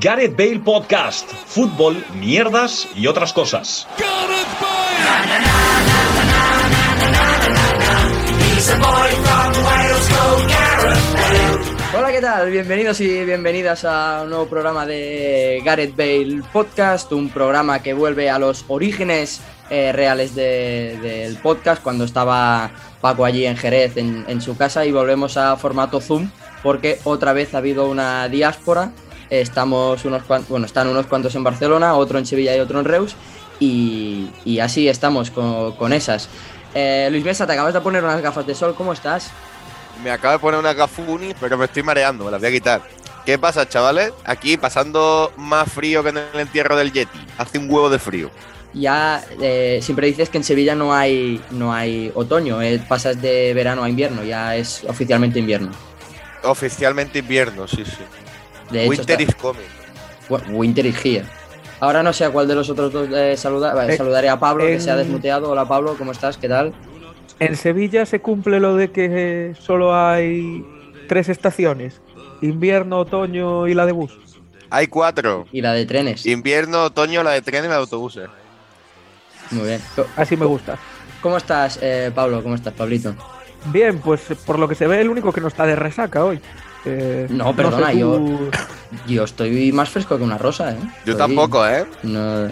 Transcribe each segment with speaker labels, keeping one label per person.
Speaker 1: Gareth Bale Podcast, fútbol, mierdas y otras cosas.
Speaker 2: Hola, ¿qué tal? Bienvenidos y bienvenidas a un nuevo programa de Gareth Bale Podcast, un programa que vuelve a los orígenes eh, reales de- del podcast, cuando estaba Paco allí en Jerez, en, en su casa, y volvemos a formato Zoom, porque otra vez ha habido una diáspora. Estamos unos cuan- bueno, están unos cuantos en Barcelona, otro en Sevilla y otro en Reus, y, y así estamos con, con esas. Eh, Luis Mesa, te acabas de poner unas gafas de sol, ¿cómo estás?
Speaker 3: Me acabo de poner una gafuni, pero me estoy mareando, me las voy a quitar. ¿Qué pasa, chavales? Aquí pasando más frío que en el entierro del Yeti. Hace un huevo de frío.
Speaker 2: Ya eh, siempre dices que en Sevilla no hay no hay otoño, eh, pasas de verano a invierno, ya es oficialmente invierno.
Speaker 3: Oficialmente invierno, sí, sí.
Speaker 2: De hecho,
Speaker 3: Winter
Speaker 2: está-
Speaker 3: is coming.
Speaker 2: Wi- Winter is here. Ahora no sé a cuál de los otros dos eh, saludar. vale,
Speaker 4: Eh,
Speaker 2: saludaré a Pablo, que se ha
Speaker 4: en-
Speaker 2: desmuteado. Hola Pablo, ¿cómo estás? ¿Qué tal?
Speaker 4: En Sevilla se cumple lo de que eh, solo hay tres estaciones: invierno, otoño y la de bus.
Speaker 3: Hay cuatro.
Speaker 2: Y la de trenes.
Speaker 3: Invierno, otoño, la de tren y la de autobuses.
Speaker 2: Muy bien. Co-
Speaker 4: Así me gusta.
Speaker 2: ¿Cómo estás, eh, Pablo? ¿Cómo estás, Pablito?
Speaker 4: Bien, pues por lo que se ve, el único que no está de resaca hoy. Eh,
Speaker 2: No, perdona,
Speaker 4: tú-
Speaker 2: yo- Yo estoy más fresco que una rosa, ¿eh?
Speaker 3: Yo
Speaker 2: Estoy-
Speaker 3: tampoco, ¿eh?
Speaker 2: No-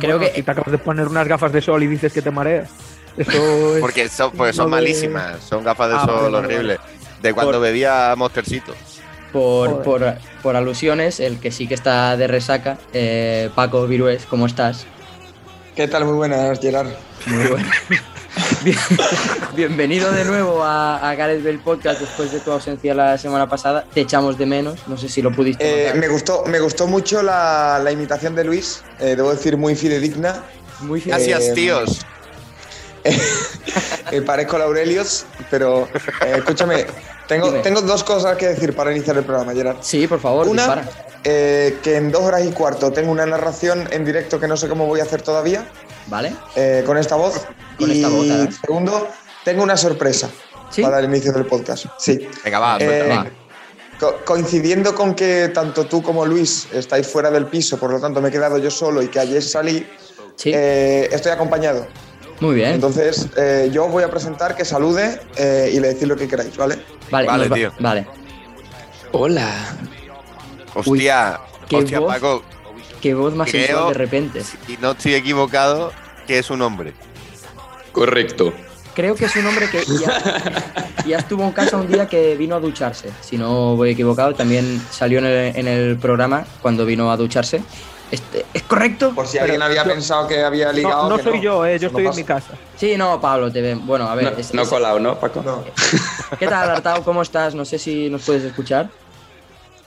Speaker 2: Creo
Speaker 4: Bueno,
Speaker 2: que
Speaker 4: Si te acabas de poner unas gafas de sol y dices que te mareas.
Speaker 2: Pues
Speaker 4: Eso es.
Speaker 3: Porque son, porque son
Speaker 4: lo de-
Speaker 3: malísimas. Son gafas de
Speaker 4: Ah,
Speaker 3: sol
Speaker 4: vale,
Speaker 3: horribles. De cuando
Speaker 2: Por-
Speaker 3: bebía Monstercito.
Speaker 2: Por,
Speaker 4: Joder.
Speaker 2: por, por alusiones, el que sí que está de resaca, eh, Paco Virués, ¿cómo estás?
Speaker 5: ¿Qué tal? Muy buenas, Gerard.
Speaker 2: Muy bueno. Bien- bienvenido de nuevo a, a Gareth Bale Podcast después de tu ausencia la semana pasada. Te echamos de menos, no sé si lo pudiste.
Speaker 5: Eh,
Speaker 2: notar.
Speaker 5: me, gustó, me gustó mucho la, la imitación de Luis, eh, debo decir muy fidedigna.
Speaker 2: Muy fiel.
Speaker 3: Gracias,
Speaker 5: Eh,
Speaker 3: tíos.
Speaker 5: Eh, parezco Laurelios, pero eh, escúchame, tengo,
Speaker 2: Dime.
Speaker 5: tengo dos cosas que decir para iniciar el programa, Gerard.
Speaker 2: Sí, por favor,
Speaker 5: Una,
Speaker 2: dispara.
Speaker 5: eh, que en dos horas y cuarto tengo una narración en directo que no sé cómo voy a hacer todavía,
Speaker 2: ¿Vale?
Speaker 5: eh, con esta voz.
Speaker 2: Con
Speaker 5: y
Speaker 2: esta voz, ¿eh?
Speaker 5: segundo, tengo una sorpresa
Speaker 2: ¿Sí?
Speaker 5: para el inicio del podcast. Sí.
Speaker 3: Venga, va,
Speaker 5: Eh,
Speaker 3: suelta, va.
Speaker 5: Co- coincidiendo con que tanto tú como Luis estáis fuera del piso, por lo tanto me he quedado yo solo y que ayer salí,
Speaker 2: Sí.
Speaker 5: eh, estoy acompañado.
Speaker 2: Muy bien.
Speaker 5: Entonces eh, yo os voy a presentar, que salude eh, y le decís lo que queráis, ¿vale?
Speaker 2: vale,
Speaker 3: Vale,
Speaker 2: nos va-
Speaker 3: tío.
Speaker 2: Vale.
Speaker 6: Hola.
Speaker 3: Hostia,
Speaker 2: qué
Speaker 3: hostia,
Speaker 2: voz.
Speaker 3: Paco.
Speaker 2: Qué voz más
Speaker 3: Creo-
Speaker 2: sensual de repente.
Speaker 3: Si no estoy equivocado, que es un hombre.
Speaker 6: Correcto.
Speaker 2: Creo que es un hombre que ya, ya estuvo en casa un día que vino a ducharse. Si no voy equivocado, también salió en el, en el programa cuando vino a ducharse. Este, ¿Es correcto?
Speaker 5: Por si
Speaker 4: Pero
Speaker 5: alguien había
Speaker 4: yo-
Speaker 5: pensado que había ligado.
Speaker 4: No, no
Speaker 5: que
Speaker 4: soy yo, eh, yo
Speaker 5: Eso no
Speaker 4: estoy en
Speaker 5: pasa.
Speaker 4: mi casa.
Speaker 2: Sí, no, Pablo, te ven. Bueno, a ver.
Speaker 6: No,
Speaker 2: es-
Speaker 6: no
Speaker 2: es-
Speaker 6: colado, ¿no, Paco?
Speaker 5: No.
Speaker 2: ¿Qué tal, Artao? ¿Cómo estás? No sé si nos puedes escuchar.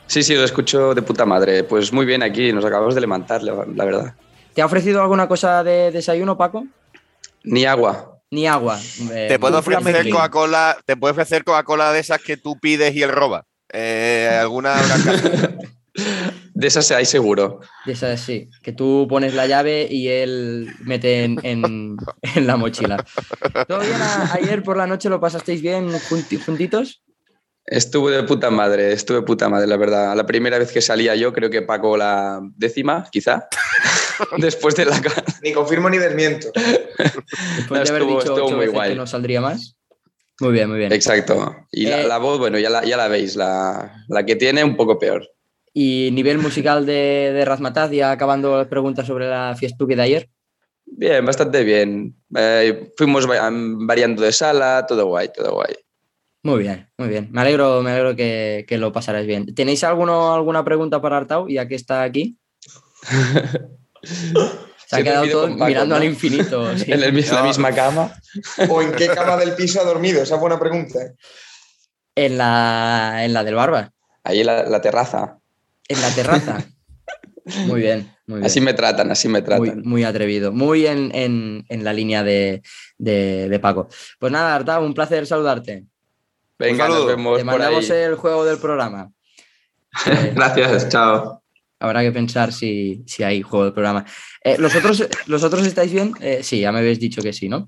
Speaker 6: Sí, sí, os escucho de puta madre. Pues muy bien aquí, nos acabamos de levantar, la, la verdad.
Speaker 2: ¿Te ha ofrecido alguna cosa de desayuno, Paco?
Speaker 6: Ni agua.
Speaker 2: Ni agua. Eh,
Speaker 3: Te puedo
Speaker 2: un
Speaker 3: ofrecer
Speaker 2: flamenquín.
Speaker 3: Coca-Cola, te puedo ofrecer Coca-Cola de esas que tú pides y él roba. Eh, alguna blanca-
Speaker 6: De esas hay seguro.
Speaker 2: De esas, sí. Que tú pones la llave y él mete en, en- en la mochila. ¿Todo bien? A- ayer por la noche lo pasasteis bien junti- juntitos.
Speaker 6: Estuve de puta madre, estuve de puta madre, la verdad. La primera vez que salía yo, creo que Paco la décima, quizá. Después de la... ca-
Speaker 5: Ni confirmo ni desmiento.
Speaker 2: Después
Speaker 6: No,
Speaker 2: de haber
Speaker 6: estuvo-
Speaker 2: dicho
Speaker 6: estuvo
Speaker 2: ocho
Speaker 6: muy
Speaker 2: veces
Speaker 6: guay.
Speaker 2: que no saldría más. Muy bien, muy bien.
Speaker 6: Exacto. Y la,
Speaker 2: Eh.
Speaker 6: la voz, bueno, ya la, ya la veis, la, la que tiene un poco peor.
Speaker 2: Y nivel musical de, de Razmataz, ya acabando las preguntas sobre la fiestuque de ayer.
Speaker 6: Bien, bastante bien. Eh, fuimos va- variando de sala, todo guay, todo guay.
Speaker 2: Muy bien, muy bien. Me alegro, me alegro que, que lo pasarais bien. ¿Tenéis alguno, alguna pregunta para Artau, ya que está aquí? Se ha
Speaker 6: Siempre
Speaker 2: quedado
Speaker 6: pido
Speaker 2: todo
Speaker 6: con Paco,
Speaker 2: mirando
Speaker 6: ¿no?
Speaker 2: al infinito. sí.
Speaker 6: En el mis- la
Speaker 3: No.
Speaker 6: misma cama.
Speaker 5: ¿O en qué cama del piso ha dormido? Esa es buena pregunta. ¿eh?
Speaker 2: En la, en la del barba,
Speaker 6: Ahí la, la terraza.
Speaker 2: en la terraza. Muy bien, muy bien.
Speaker 6: Así me tratan, así me
Speaker 2: muy,
Speaker 6: tratan.
Speaker 2: muy atrevido, muy en, en- en la línea de, de- de Paco. Pues nada, Artau, un placer saludarte.
Speaker 6: Venga,
Speaker 3: Un saludo.
Speaker 6: nos vemos
Speaker 2: Te
Speaker 6: por ahí.
Speaker 2: mandamos el juego del programa. Eh,
Speaker 6: Gracias, chao.
Speaker 2: Habrá que pensar si, si hay juego de programa. Eh, ¿los, otros, ¿Los otros estáis bien? Eh, sí, ya me habéis dicho que sí, ¿no?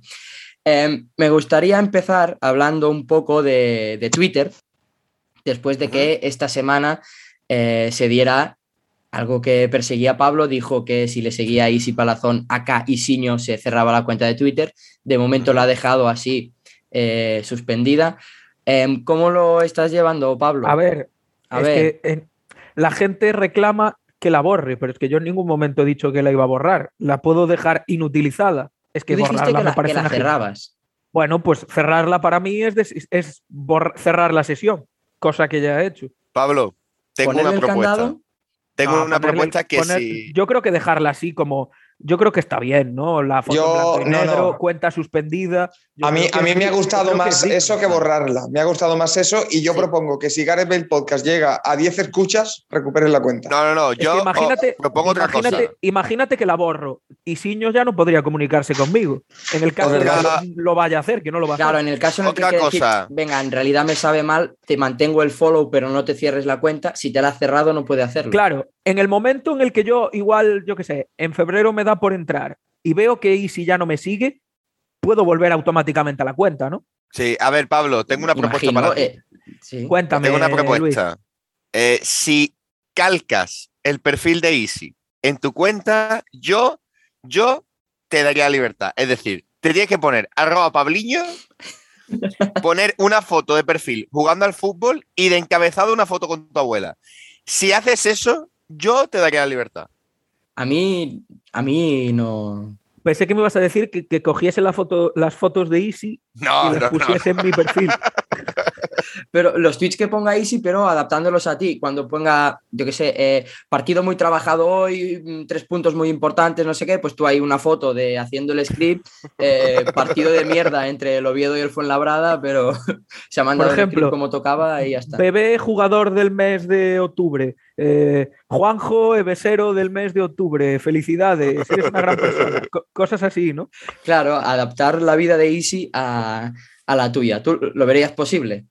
Speaker 2: Eh, me gustaría empezar hablando un poco de, de Twitter, después de que esta semana eh, se diera Algo que perseguía Pablo, dijo que si le seguía Isi Palazón, acá y Siño se cerraba la cuenta de Twitter. De momento la ha dejado así eh, suspendida. Em, ¿Cómo lo estás llevando, Pablo?
Speaker 4: A ver,
Speaker 2: A
Speaker 4: es
Speaker 2: ver.
Speaker 4: que eh, la gente reclama que la borre, pero es que yo en ningún momento he dicho que la iba a borrar. La puedo dejar inutilizada. Es que
Speaker 2: tú dijiste
Speaker 4: borrarla
Speaker 2: que
Speaker 4: me
Speaker 2: la, que
Speaker 4: parece
Speaker 2: la
Speaker 4: una gil-
Speaker 2: cerrabas.
Speaker 4: Bueno, pues cerrarla para mí es, des- es borr- cerrar la sesión, cosa que ya he hecho.
Speaker 3: Pablo, tengo
Speaker 2: Ponerle
Speaker 3: una
Speaker 2: el
Speaker 3: propuesta.
Speaker 2: candado,
Speaker 3: Tengo
Speaker 4: Ah,
Speaker 3: una
Speaker 4: ponerle-
Speaker 3: propuesta que
Speaker 4: poner-
Speaker 3: si.
Speaker 4: Yo creo que dejarla así como. Yo creo que está bien, ¿no? La foto
Speaker 5: Yo-
Speaker 4: en blanco y
Speaker 5: no, no.
Speaker 4: negro, cuenta suspendida. Yo
Speaker 5: A mí,
Speaker 4: creo
Speaker 5: a
Speaker 4: que
Speaker 5: mí
Speaker 4: sí,
Speaker 5: me ha
Speaker 4: yo creo
Speaker 5: gustado
Speaker 4: que
Speaker 5: más
Speaker 4: sí.
Speaker 5: eso que borrarla. Me ha gustado más eso y yo propongo que si Gareth Bale Podcast llega a 10 escuchas, recuperen la cuenta.
Speaker 3: No, no, no.
Speaker 4: Es que
Speaker 3: Yo
Speaker 5: oh,
Speaker 3: os
Speaker 4: imagínate,
Speaker 3: propongo otra cosa.
Speaker 4: imagínate, imagínate que la borro y Siño ya no podría comunicarse conmigo. En el caso de que
Speaker 3: Otra-
Speaker 4: lo, lo vaya a hacer, que no lo va a
Speaker 2: Claro,
Speaker 4: hacer.
Speaker 2: en el caso en el que
Speaker 3: Otra
Speaker 2: hay que decir,
Speaker 3: cosa.
Speaker 2: venga, en realidad me sabe mal, te mantengo el follow, pero no te cierres la cuenta. Si te la has cerrado, no puede
Speaker 3: Mm.
Speaker 2: hacerlo.
Speaker 4: Claro, en el momento en el que yo, igual, yo qué sé, en febrero me da por entrar y veo que Easy ya no me sigue, puedo volver automáticamente a la cuenta, ¿no?
Speaker 3: Sí, a ver, Pablo, tengo una propuesta
Speaker 2: Imagino,
Speaker 3: para ti.
Speaker 2: eh, sí.
Speaker 4: Cuéntame.
Speaker 3: Mm. Tengo una
Speaker 4: Luis.
Speaker 3: propuesta. Eh, si calcas el perfil de Easy en tu cuenta, yo, yo te daría libertad. Es decir, te tienes que poner arroba Pabliño, poner una foto de perfil jugando al fútbol y de encabezado una foto con tu abuela. Si haces eso, yo te daría la libertad.
Speaker 2: A mí, a mí no.
Speaker 4: Pensé que me ibas a decir que, que cogiese la foto, las fotos de Easy
Speaker 3: No,
Speaker 4: y
Speaker 3: Ah,
Speaker 4: las
Speaker 3: no, no.
Speaker 4: pusiese en mi perfil.
Speaker 2: Pero los tweets que ponga Easy, pero adaptándolos a ti. Cuando ponga, yo qué sé, eh, partido muy trabajado hoy, mm, tres puntos muy importantes, no sé qué, pues tú hay una foto de haciendo el script, eh, partido de mierda entre el Oviedo y el Fuenlabrada, pero se ha mandado el script
Speaker 4: ejemplo,
Speaker 2: como tocaba y ya está.
Speaker 4: Bebé, jugador del mes de octubre. Eh, Juanjo, evesero del mes de octubre. Felicidades, eres una gran persona. Co- cosas así, ¿no?
Speaker 2: Claro, adaptar la vida de Easy a, a la tuya. ¿Tú lo verías posible?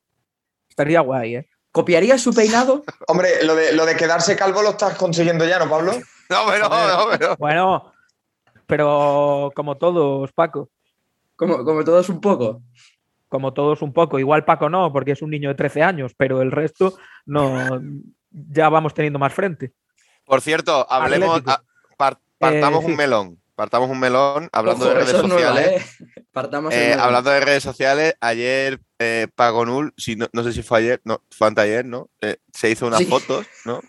Speaker 4: Estaría guay, ¿eh?
Speaker 2: ¿Copiarías su peinado?
Speaker 5: Hombre, lo de, lo de quedarse calvo lo estás consiguiendo ya, ¿no, Pablo?
Speaker 3: No, pero, no, pero.
Speaker 4: Bueno, pero como todos, Paco.
Speaker 2: Como, como todos un poco.
Speaker 4: Como todos un poco. Igual Paco no, porque es un niño de 13 años, pero el resto no. Ya vamos teniendo más frente.
Speaker 3: Por cierto, hablemos,
Speaker 4: Atlético.
Speaker 3: a- par- partamos
Speaker 4: Eh, sí.
Speaker 3: un melón. Partamos un melón hablando
Speaker 2: Ojo,
Speaker 3: de redes
Speaker 2: eso es nueva,
Speaker 3: sociales.
Speaker 2: ¿eh? Partamos
Speaker 3: Eh,
Speaker 2: el nuevo.
Speaker 3: hablando de redes sociales, ayer eh, Pagonul, si no, no sé si fue ayer, no, fue anteayer, ¿no? Eh, se hizo unas
Speaker 2: Sí.
Speaker 3: fotos, ¿no?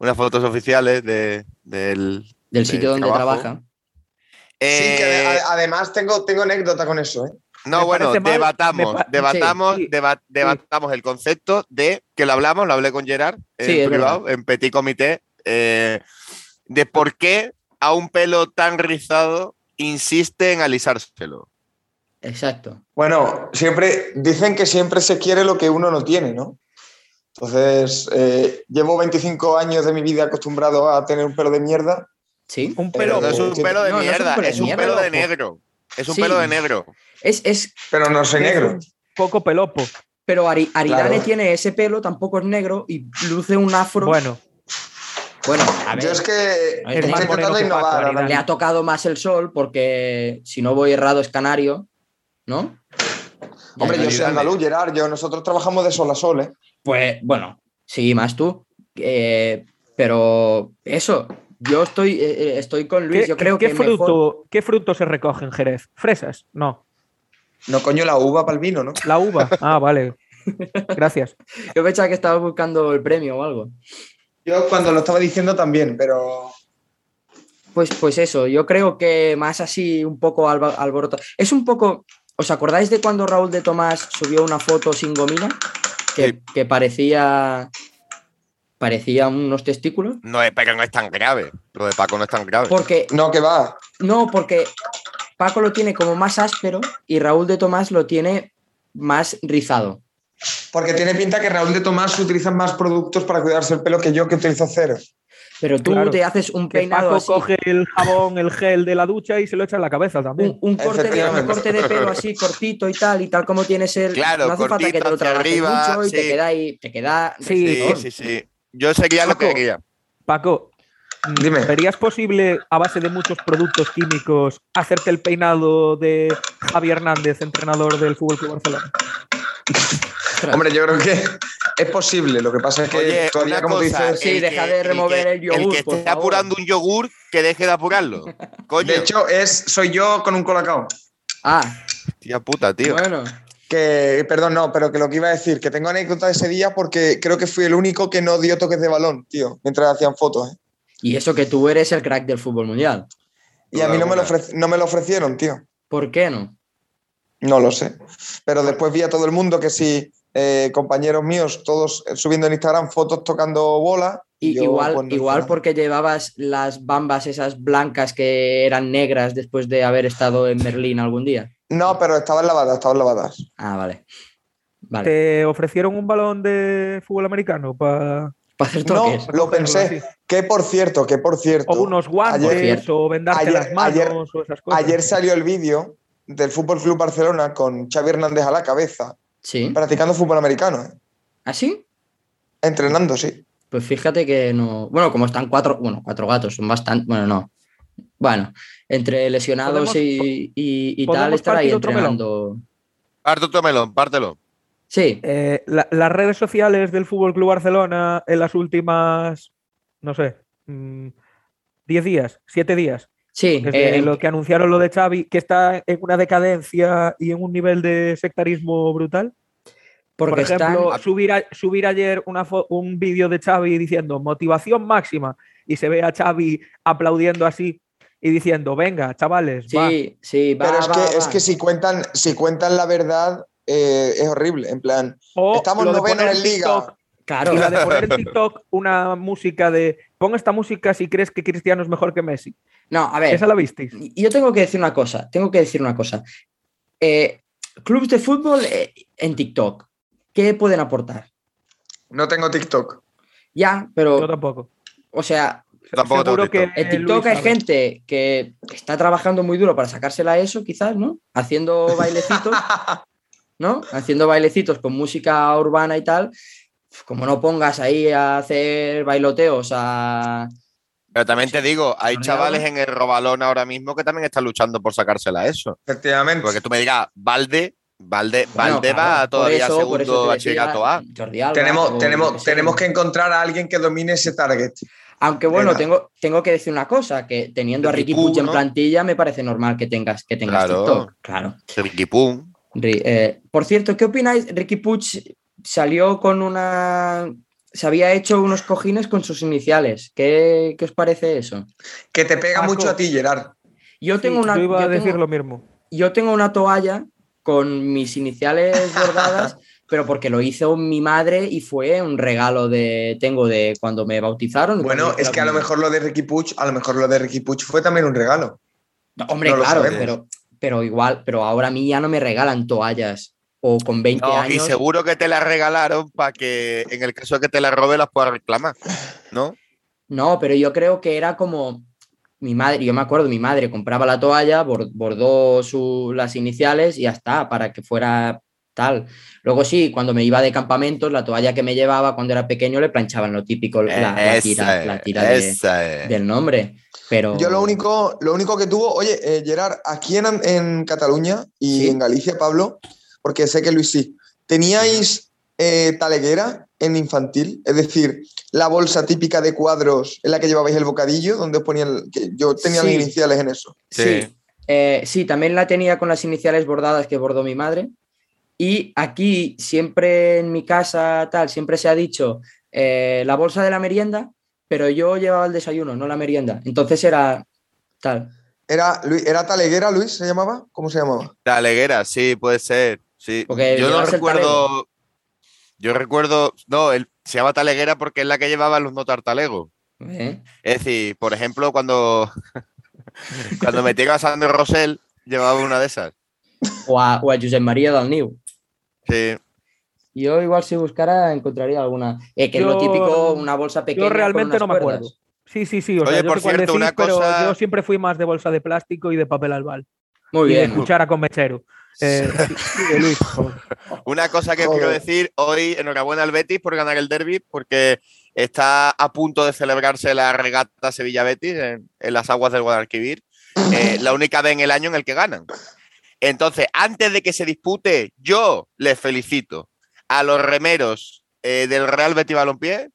Speaker 3: Unas fotos oficiales de, del...
Speaker 2: del sitio
Speaker 3: del
Speaker 2: donde
Speaker 3: trabajo.
Speaker 2: trabaja.
Speaker 5: Sí, que
Speaker 3: Eh,
Speaker 5: a- además tengo, tengo anécdota con eso, ¿eh?
Speaker 3: no,
Speaker 4: me
Speaker 3: bueno,
Speaker 4: parece mal,
Speaker 3: debatamos,
Speaker 4: me pa-
Speaker 3: debatamos,
Speaker 4: sí, sí,
Speaker 3: deba- debatamos el concepto de, que lo hablamos, lo hablé con Gerard en
Speaker 2: Sí, es
Speaker 3: privado, en Petit Comité, eh, de por qué a un pelo tan rizado insiste en alisárselo.
Speaker 2: Exacto.
Speaker 5: Bueno, siempre dicen que siempre se quiere lo que uno no tiene, ¿no? Entonces, eh, llevo 25 años de mi vida acostumbrado a tener un pelo de mierda.
Speaker 2: Sí.
Speaker 4: Un
Speaker 3: Pero
Speaker 4: pelo.
Speaker 3: no es un
Speaker 5: Sí.
Speaker 3: pelo de
Speaker 2: No, no es un
Speaker 3: mierda,
Speaker 2: pelo de
Speaker 3: es un
Speaker 2: mierda,
Speaker 3: pelo de
Speaker 2: ojo.
Speaker 3: negro. Es un
Speaker 2: Sí.
Speaker 3: pelo de negro.
Speaker 2: Es, es,
Speaker 5: Pero no soy negro.
Speaker 4: Poco pelopo.
Speaker 2: pero Ari, Aridane
Speaker 5: Claro.
Speaker 2: tiene ese pelo, tampoco es negro y luce un afro. Bueno,
Speaker 4: Bueno,
Speaker 2: a ver,
Speaker 5: Yo es que
Speaker 2: más
Speaker 5: estoy
Speaker 2: moreno
Speaker 5: intentando
Speaker 4: que Paco,
Speaker 5: innovar. ahora
Speaker 4: Aridane.
Speaker 2: le
Speaker 5: mismo.
Speaker 2: ha tocado más el sol porque, si no voy errado, es canario, ¿no?
Speaker 5: Hombre, yo soy
Speaker 3: Aridane.
Speaker 5: andaluz, Gerard. Yo, nosotros trabajamos de sol a sol, ¿eh?
Speaker 2: Pues bueno, sí, más tú. Eh, pero eso, yo estoy, eh, eh, estoy con Luis.
Speaker 4: ¿qué,
Speaker 2: yo creo
Speaker 4: qué
Speaker 2: que
Speaker 4: fruto,
Speaker 2: mejor-
Speaker 4: ¿qué fruto se recoge en Jerez? ¿Fresas? No.
Speaker 5: No, coño, la uva para el vino, ¿no?
Speaker 4: La uva. Ah, vale. Gracias.
Speaker 2: Yo pensaba que estabas buscando el premio o algo.
Speaker 5: Yo cuando lo estaba diciendo también, pero
Speaker 2: Pues, pues eso, yo creo que más así, un poco alba- alboroto. Es un poco. ¿Os acordáis de cuando Raúl de Tomás subió una foto sin gomina? Que,
Speaker 3: Sí.
Speaker 2: que parecía. Parecía unos testículos.
Speaker 3: No, eh, pero no es tan grave. Lo de Paco no es tan grave.
Speaker 2: Porque.
Speaker 5: no, que va.
Speaker 2: No, porque Paco lo tiene como más áspero y Raúl de Tomás lo tiene más rizado.
Speaker 5: Porque tiene pinta que Raúl de Tomás utiliza más productos para cuidarse el pelo que yo, que utilizo cero.
Speaker 2: Pero tú
Speaker 4: Claro.
Speaker 2: te haces un
Speaker 4: Que
Speaker 2: peinado
Speaker 4: Paco
Speaker 2: así.
Speaker 4: coge el jabón, el gel de la ducha y se lo echa en la cabeza también.
Speaker 2: Un, un corte de, un
Speaker 5: Efectivamente.
Speaker 2: corte de pelo así cortito y tal, y tal como tienes el.
Speaker 3: Claro,
Speaker 2: no hace falta que
Speaker 3: cortito
Speaker 2: te lo
Speaker 3: hacia
Speaker 2: trabajes
Speaker 3: arriba,
Speaker 2: mucho y te
Speaker 3: sí.
Speaker 2: queda ahí. Te queda.
Speaker 4: Sí,
Speaker 3: Sí,
Speaker 2: respetón.
Speaker 3: sí, sí. Yo sería lo que
Speaker 4: Paco.
Speaker 3: quería.
Speaker 4: Paco,
Speaker 5: Dime.
Speaker 4: ¿verías posible, a base de muchos productos químicos, hacerte el peinado de Javi Hernández, entrenador del Fútbol Club Barcelona?
Speaker 2: Ostras.
Speaker 5: Hombre, yo creo que Es posible, lo que pasa es que
Speaker 3: Oye,
Speaker 5: todavía,
Speaker 3: una
Speaker 5: como
Speaker 3: cosa,
Speaker 5: dices.
Speaker 2: Sí,
Speaker 3: el
Speaker 2: deja
Speaker 3: que-
Speaker 2: de
Speaker 3: el
Speaker 2: remover
Speaker 3: que-
Speaker 2: el yogur,
Speaker 3: El que
Speaker 2: por
Speaker 3: esté
Speaker 2: favor.
Speaker 3: apurando un yogur, que deje de apurarlo. Coño,
Speaker 5: De hecho, es, soy yo con un colacao.
Speaker 2: Ah,
Speaker 3: tía puta, tío.
Speaker 2: bueno.
Speaker 5: Que, perdón, no, pero que lo que iba a decir, que tengo anécdota de ese día porque creo que fui el único que no dio toques de balón, tío, mientras hacían fotos. ¿eh?
Speaker 2: Y eso que tú eres el crack del fútbol mundial.
Speaker 5: Y a
Speaker 3: Duda
Speaker 5: mí no me, lo
Speaker 3: alguna.
Speaker 5: ofrec- no me lo ofrecieron, tío.
Speaker 2: ¿Por qué no?
Speaker 5: No lo sé. Pero después vi a todo el mundo que sí, eh, compañeros míos, todos eh, subiendo en Instagram fotos tocando bola.
Speaker 2: Y
Speaker 5: yo,
Speaker 2: igual
Speaker 5: pues, no
Speaker 2: igual
Speaker 5: estaba.
Speaker 2: porque llevabas las bambas esas blancas que eran negras después de haber estado en Berlín algún día.
Speaker 5: No, pero estaban lavadas, estaban lavadas.
Speaker 2: Ah, vale. Vale.
Speaker 4: ¿Te ofrecieron un balón de fútbol americano para
Speaker 2: Para hacer
Speaker 5: No,
Speaker 2: toques.
Speaker 5: lo pensé. Que por cierto, que por cierto.
Speaker 4: O unos guantes
Speaker 5: Ayer-
Speaker 4: o vendarte
Speaker 5: ayer-
Speaker 4: las manos
Speaker 5: ayer-
Speaker 4: o esas cosas.
Speaker 5: Ayer salió el vídeo del Fútbol Club Barcelona con Xavi Hernández a la cabeza,
Speaker 2: Sí. ¿Ah,
Speaker 5: practicando fútbol americano, ¿eh?
Speaker 2: ¿Así?
Speaker 5: entrenando, sí.
Speaker 2: Pues fíjate que no. Bueno, como están cuatro, bueno, cuatro gatos, son bastante. Bueno, no. Bueno, entre lesionados
Speaker 4: Podemos-
Speaker 2: y, y- y
Speaker 4: podemos
Speaker 2: tal, estar ahí
Speaker 4: partir otro melón.
Speaker 2: entrenando.
Speaker 3: Parto tu melón, pártelo.
Speaker 2: Sí,
Speaker 4: Eh, la- las redes sociales del Fútbol Club Barcelona en las últimas, no sé, mm, 10 días, 7 días,
Speaker 2: sí.
Speaker 4: desde
Speaker 2: eh,
Speaker 4: lo que anunciaron lo de Xavi, que está en una decadencia y en un nivel de sectarismo brutal.
Speaker 2: porque
Speaker 4: Por ejemplo,
Speaker 2: están.
Speaker 4: subir, a- subir ayer una fo- un vídeo de Xavi diciendo motivación máxima y se ve a Xavi aplaudiendo así y diciendo, venga, chavales, va".
Speaker 2: Sí, sí, va,
Speaker 5: Pero es,
Speaker 2: va,
Speaker 5: que,
Speaker 2: va.
Speaker 5: es que si cuentan, si cuentan la verdad, eh, es horrible. En plan,
Speaker 4: O
Speaker 5: estamos
Speaker 4: lo de
Speaker 5: novenos
Speaker 4: poner
Speaker 5: en liga.
Speaker 4: TikTok
Speaker 2: Claro,
Speaker 4: Y la de poner en TikTok una música de pon esta música si crees que Cristiano es mejor que Messi.
Speaker 2: no, a ver.
Speaker 4: Esa la visteis.
Speaker 2: Y Yo tengo que decir una cosa, tengo que decir una cosa. Eh, clubs de fútbol eh, en TikTok, ¿qué pueden aportar?
Speaker 5: no tengo TikTok.
Speaker 2: Ya,
Speaker 4: Yo
Speaker 2: pero,
Speaker 4: tampoco.
Speaker 2: o sea,
Speaker 3: Tampoco tengo
Speaker 4: Seguro que
Speaker 3: TikTok.
Speaker 2: en
Speaker 4: eh,
Speaker 2: TikTok
Speaker 4: Luis
Speaker 2: hay
Speaker 4: sabe.
Speaker 2: gente que está trabajando muy duro para sacársela a eso, quizás, ¿no? Haciendo bailecitos, ¿no? Haciendo bailecitos con música urbana y tal. Como no pongas ahí a hacer bailoteos a...
Speaker 3: Pero también te digo, hay
Speaker 2: Sonido.
Speaker 3: chavales en el robalón ahora mismo que también están luchando por sacársela a eso.
Speaker 5: Efectivamente.
Speaker 3: Porque tú me digas, Valde, Valde,
Speaker 2: Bueno,
Speaker 3: Valde
Speaker 2: claro,
Speaker 3: va
Speaker 2: por
Speaker 3: todavía a
Speaker 2: eso- por eso
Speaker 3: segundo
Speaker 2: te decía,
Speaker 3: bachillerato A.
Speaker 2: Jordi Alba,
Speaker 5: tenemos,
Speaker 2: o yo
Speaker 5: tenemos,
Speaker 2: qué sé.
Speaker 5: tenemos que encontrar a alguien que domine ese target.
Speaker 2: Aunque bueno,
Speaker 5: Venga.
Speaker 2: tengo, tengo que decir una cosa, que teniendo a Ricky
Speaker 3: Ricky
Speaker 2: Puig
Speaker 3: Puig,
Speaker 2: en
Speaker 3: ¿no?
Speaker 2: plantilla me parece normal que tengas, que tengas
Speaker 3: Claro.
Speaker 2: TikTok. Claro.
Speaker 3: Ricky Pum.
Speaker 2: Ri- eh, por cierto, ¿qué opináis? Ricky Puig salió con una... Se había hecho unos cojines con sus iniciales. ¿Qué, qué os parece eso?
Speaker 5: Que te pega
Speaker 4: Paco.
Speaker 5: mucho a ti, Gerard.
Speaker 2: Yo tengo
Speaker 4: Sí,
Speaker 2: una...
Speaker 4: yo iba a
Speaker 2: yo tengo-
Speaker 4: decir lo mismo.
Speaker 2: yo tengo una toalla con mis iniciales bordadas, pero porque lo hizo mi madre y fue un regalo de tengo de cuando me bautizaron.
Speaker 5: Bueno,
Speaker 2: Cuando-
Speaker 5: es que a lo mejor lo de Ricky Puch, a lo mejor lo de Ricky Puch fue también un regalo.
Speaker 2: No, hombre,
Speaker 5: No lo
Speaker 2: claro,
Speaker 5: sabemos.
Speaker 2: pero, pero igual, pero ahora a mí ya no me regalan toallas o con 20
Speaker 3: No, y
Speaker 2: años.
Speaker 3: seguro que te la regalaron para que en el caso de que te la robe las puedas reclamar, ¿no?
Speaker 2: No, pero yo creo que era como mi madre, yo me acuerdo, mi madre compraba la toalla, bor- bordó su- las iniciales y ya está, para que fuera tal. Luego sí, cuando me iba de campamentos, la toalla que me llevaba cuando era pequeño le planchaban lo típico, la,
Speaker 3: Eh,
Speaker 2: la tira,
Speaker 3: es,
Speaker 2: la tira de-
Speaker 3: esa es.
Speaker 2: del nombre. Pero
Speaker 5: Yo lo único, lo único que tuvo, oye, eh, Gerard, aquí en, en Cataluña y
Speaker 2: Sí.
Speaker 5: en Galicia, Pablo, porque sé que Luis sí, ¿teníais eh, taleguera en infantil? Es decir, la bolsa típica de cuadros en la que llevabais el bocadillo, donde os ponían, el- que yo tenía
Speaker 2: Sí.
Speaker 5: mis iniciales en eso.
Speaker 2: Sí.
Speaker 3: Sí.
Speaker 2: Eh, sí, también la tenía con las iniciales bordadas que bordó mi madre. Y aquí, siempre en mi casa, tal, siempre se ha dicho eh, la bolsa de la merienda, pero yo llevaba el desayuno, no la merienda. Entonces era tal.
Speaker 5: ¿Era, Luis- ¿Era taleguera, Luis, se llamaba? ¿Cómo se llamaba?
Speaker 3: La Leguera, sí, puede ser. Sí.
Speaker 2: Porque
Speaker 3: yo no
Speaker 2: llevas el
Speaker 3: recuerdo. Yo recuerdo. No, él se llama Taleguera porque es la que llevaba los no tartalegos.
Speaker 2: ¿eh?
Speaker 3: Es decir, por ejemplo, cuando, cuando metieron a Sandro Rosell, llevaba una de esas.
Speaker 2: O, a, o a Josep María del Niu.
Speaker 3: Sí.
Speaker 2: Yo igual si buscara encontraría alguna. Eh, que es lo
Speaker 4: Yo-
Speaker 2: típico, una bolsa pequeña. con
Speaker 4: realmente
Speaker 2: unas
Speaker 4: no me
Speaker 2: cuerdas.
Speaker 4: acuerdo. Sí, sí, sí. O
Speaker 3: Oye,
Speaker 4: sea, yo
Speaker 3: por
Speaker 4: sé cuál
Speaker 3: cierto,
Speaker 4: decís,
Speaker 3: una
Speaker 4: pero
Speaker 3: cosa-
Speaker 4: yo siempre fui más de bolsa de plástico y de papel albal.
Speaker 2: Muy
Speaker 4: y de
Speaker 2: bien.
Speaker 4: cuchara con mechero. Eh, sí, sigue, Luis, por favor.
Speaker 3: Una cosa que
Speaker 5: Joder.
Speaker 3: quiero decir hoy, enhorabuena al Betis por ganar el derby, porque está a punto de celebrarse la regata Sevilla-Betis en, en las aguas del Guadalquivir, eh, la única vez en el año en el que ganan. Entonces, antes de que se dispute, yo les felicito a los remeros eh, del Real Betis Balompié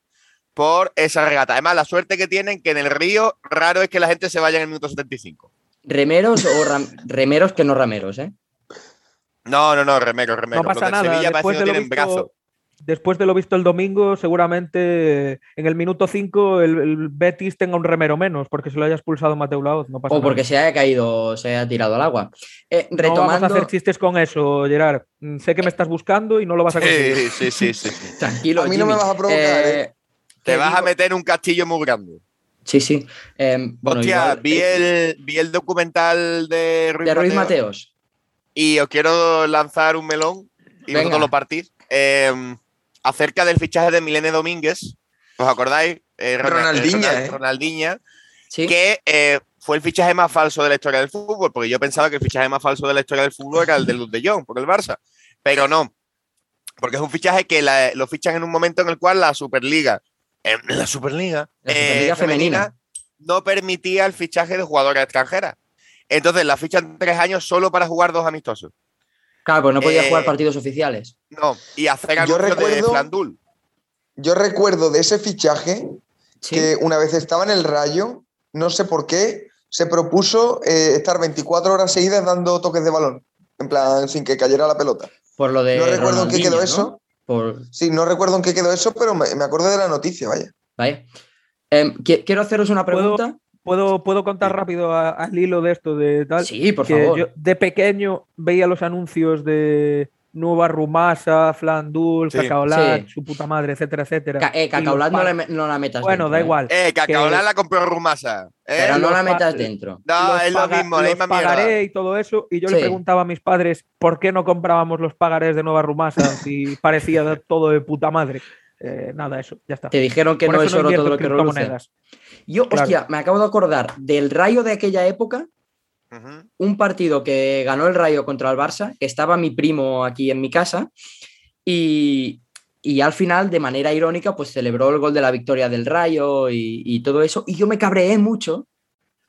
Speaker 3: por esa regata. Además, la suerte que tienen que en el río raro es que la gente se vaya en el minuto 75.
Speaker 2: Remeros o ram- remeros que no rameros, ¿eh?
Speaker 3: No, no, no, remero, remero.
Speaker 4: No pasa
Speaker 3: Los del
Speaker 4: nada.
Speaker 3: Sevilla
Speaker 4: Después
Speaker 3: parece
Speaker 4: de,
Speaker 3: que no
Speaker 4: lo
Speaker 3: tienen brazo.
Speaker 4: visto, después de lo visto el domingo, seguramente en el minuto 5 el, el Betis tenga un remero menos porque se lo haya expulsado Mateo Laoz. No pasa
Speaker 2: O porque
Speaker 4: nada.
Speaker 2: se haya caído, se haya tirado al agua. Eh,
Speaker 4: No vamos a
Speaker 2: retomando,
Speaker 4: hacer chistes con eso, Gerard. Mm, Sé que me estás buscando y no lo vas a conseguir.
Speaker 3: Sí, sí, sí, sí, sí.
Speaker 2: tranquilo.
Speaker 5: A mí no me
Speaker 2: Jimmy. Eh,
Speaker 5: vas a provocar, ¿eh?
Speaker 3: Te
Speaker 2: que
Speaker 3: vas a
Speaker 2: digo-
Speaker 3: meter en un castillo muy grande.
Speaker 2: Sí, sí. Eh, bueno,
Speaker 3: Hostia,
Speaker 2: igual,
Speaker 3: vi,
Speaker 2: eh,
Speaker 3: el, vi el documental de Ruiz,
Speaker 2: de Ruiz
Speaker 3: Mateo,
Speaker 2: Mateos.
Speaker 3: y os quiero lanzar un melón y
Speaker 2: Venga.
Speaker 3: vosotros lo partís. Eh, acerca del fichaje de Milene Domínguez, ¿os acordáis? Eh, Ronald- eh,
Speaker 5: Ronaldinha,
Speaker 3: Ronald-
Speaker 5: ¿eh?
Speaker 3: Ronaldinha,
Speaker 2: Sí.
Speaker 3: que eh, fue el fichaje más falso de la historia del fútbol, porque yo pensaba que el fichaje más falso de la historia del fútbol era el de Luz de Jong por el Barça, pero no, porque es un fichaje que la- lo fichan en un momento en el cual la Superliga, eh, la Superliga, eh,
Speaker 2: La Superliga femenina.
Speaker 3: no permitía el fichaje de jugadoras extranjeras. Entonces la fichan tres años solo para jugar dos amistosos.
Speaker 2: Claro, pues no podía
Speaker 3: Eh,
Speaker 2: jugar partidos oficiales.
Speaker 3: No, y hacer
Speaker 5: Yo
Speaker 3: anuncios de
Speaker 5: recuerdo-
Speaker 3: Flandul.
Speaker 5: Yo recuerdo de ese fichaje
Speaker 2: Sí.
Speaker 5: que una vez estaba en el Rayo, no sé por qué, se propuso eh, estar 24 horas seguidas dando toques de balón, en plan, sin que cayera la pelota.
Speaker 2: por lo de.
Speaker 5: No recuerdo en qué
Speaker 2: Ronaldinho,
Speaker 5: quedó
Speaker 2: ¿no?
Speaker 5: eso.
Speaker 2: Por-
Speaker 5: Sí, no recuerdo en qué quedó eso, pero me, me acuerdo de la noticia, vaya.
Speaker 2: vaya. Em, qui- quiero haceros una
Speaker 4: ¿Puedo-
Speaker 2: pregunta.
Speaker 4: ¿Puedo, puedo contar rápido a- al hilo de esto de tal?
Speaker 2: Sí, por
Speaker 4: que
Speaker 2: favor.
Speaker 4: yo de pequeño veía los anuncios de Nueva Rumasa, Flandul,
Speaker 3: Sí.
Speaker 4: Cacaolat,
Speaker 2: Sí.
Speaker 4: su puta madre, etcétera, etcétera.
Speaker 2: Ca- eh,
Speaker 4: Y los
Speaker 2: Cacaolat no,
Speaker 4: par-
Speaker 2: la me- no la metas
Speaker 4: Bueno,
Speaker 2: dentro,
Speaker 4: da
Speaker 2: eh.
Speaker 4: igual.
Speaker 3: Eh, Cacaolá
Speaker 4: Que-
Speaker 3: la compró Rumasa. Eh,
Speaker 2: Pero no
Speaker 4: los
Speaker 2: la metas
Speaker 4: pa-
Speaker 2: dentro.
Speaker 3: no,
Speaker 4: los
Speaker 3: Ah, es lo
Speaker 4: paga-
Speaker 3: mismo, la
Speaker 4: los
Speaker 3: misma
Speaker 4: pagaré
Speaker 3: mierda.
Speaker 4: y todo eso. Y yo
Speaker 2: Sí.
Speaker 4: le preguntaba a mis padres por qué no comprábamos los pagarés de Nueva Rumasa si parecía de- todo de puta madre. Eh, nada, eso, ya está.
Speaker 2: Te dijeron que
Speaker 4: Por
Speaker 2: no
Speaker 4: eso
Speaker 2: es oro
Speaker 4: invierto
Speaker 2: todo
Speaker 4: en
Speaker 2: lo que reluce.
Speaker 4: criptomonedas.
Speaker 2: Yo,
Speaker 4: Claro.
Speaker 2: hostia, me acabo de acordar del rayo de aquella época,
Speaker 3: Ujú.
Speaker 2: un partido que ganó el rayo contra el Barça, que estaba mi primo aquí en mi casa, y, y al final, de manera irónica, pues celebró el gol de la victoria del rayo y, y todo eso, y yo me cabreé mucho.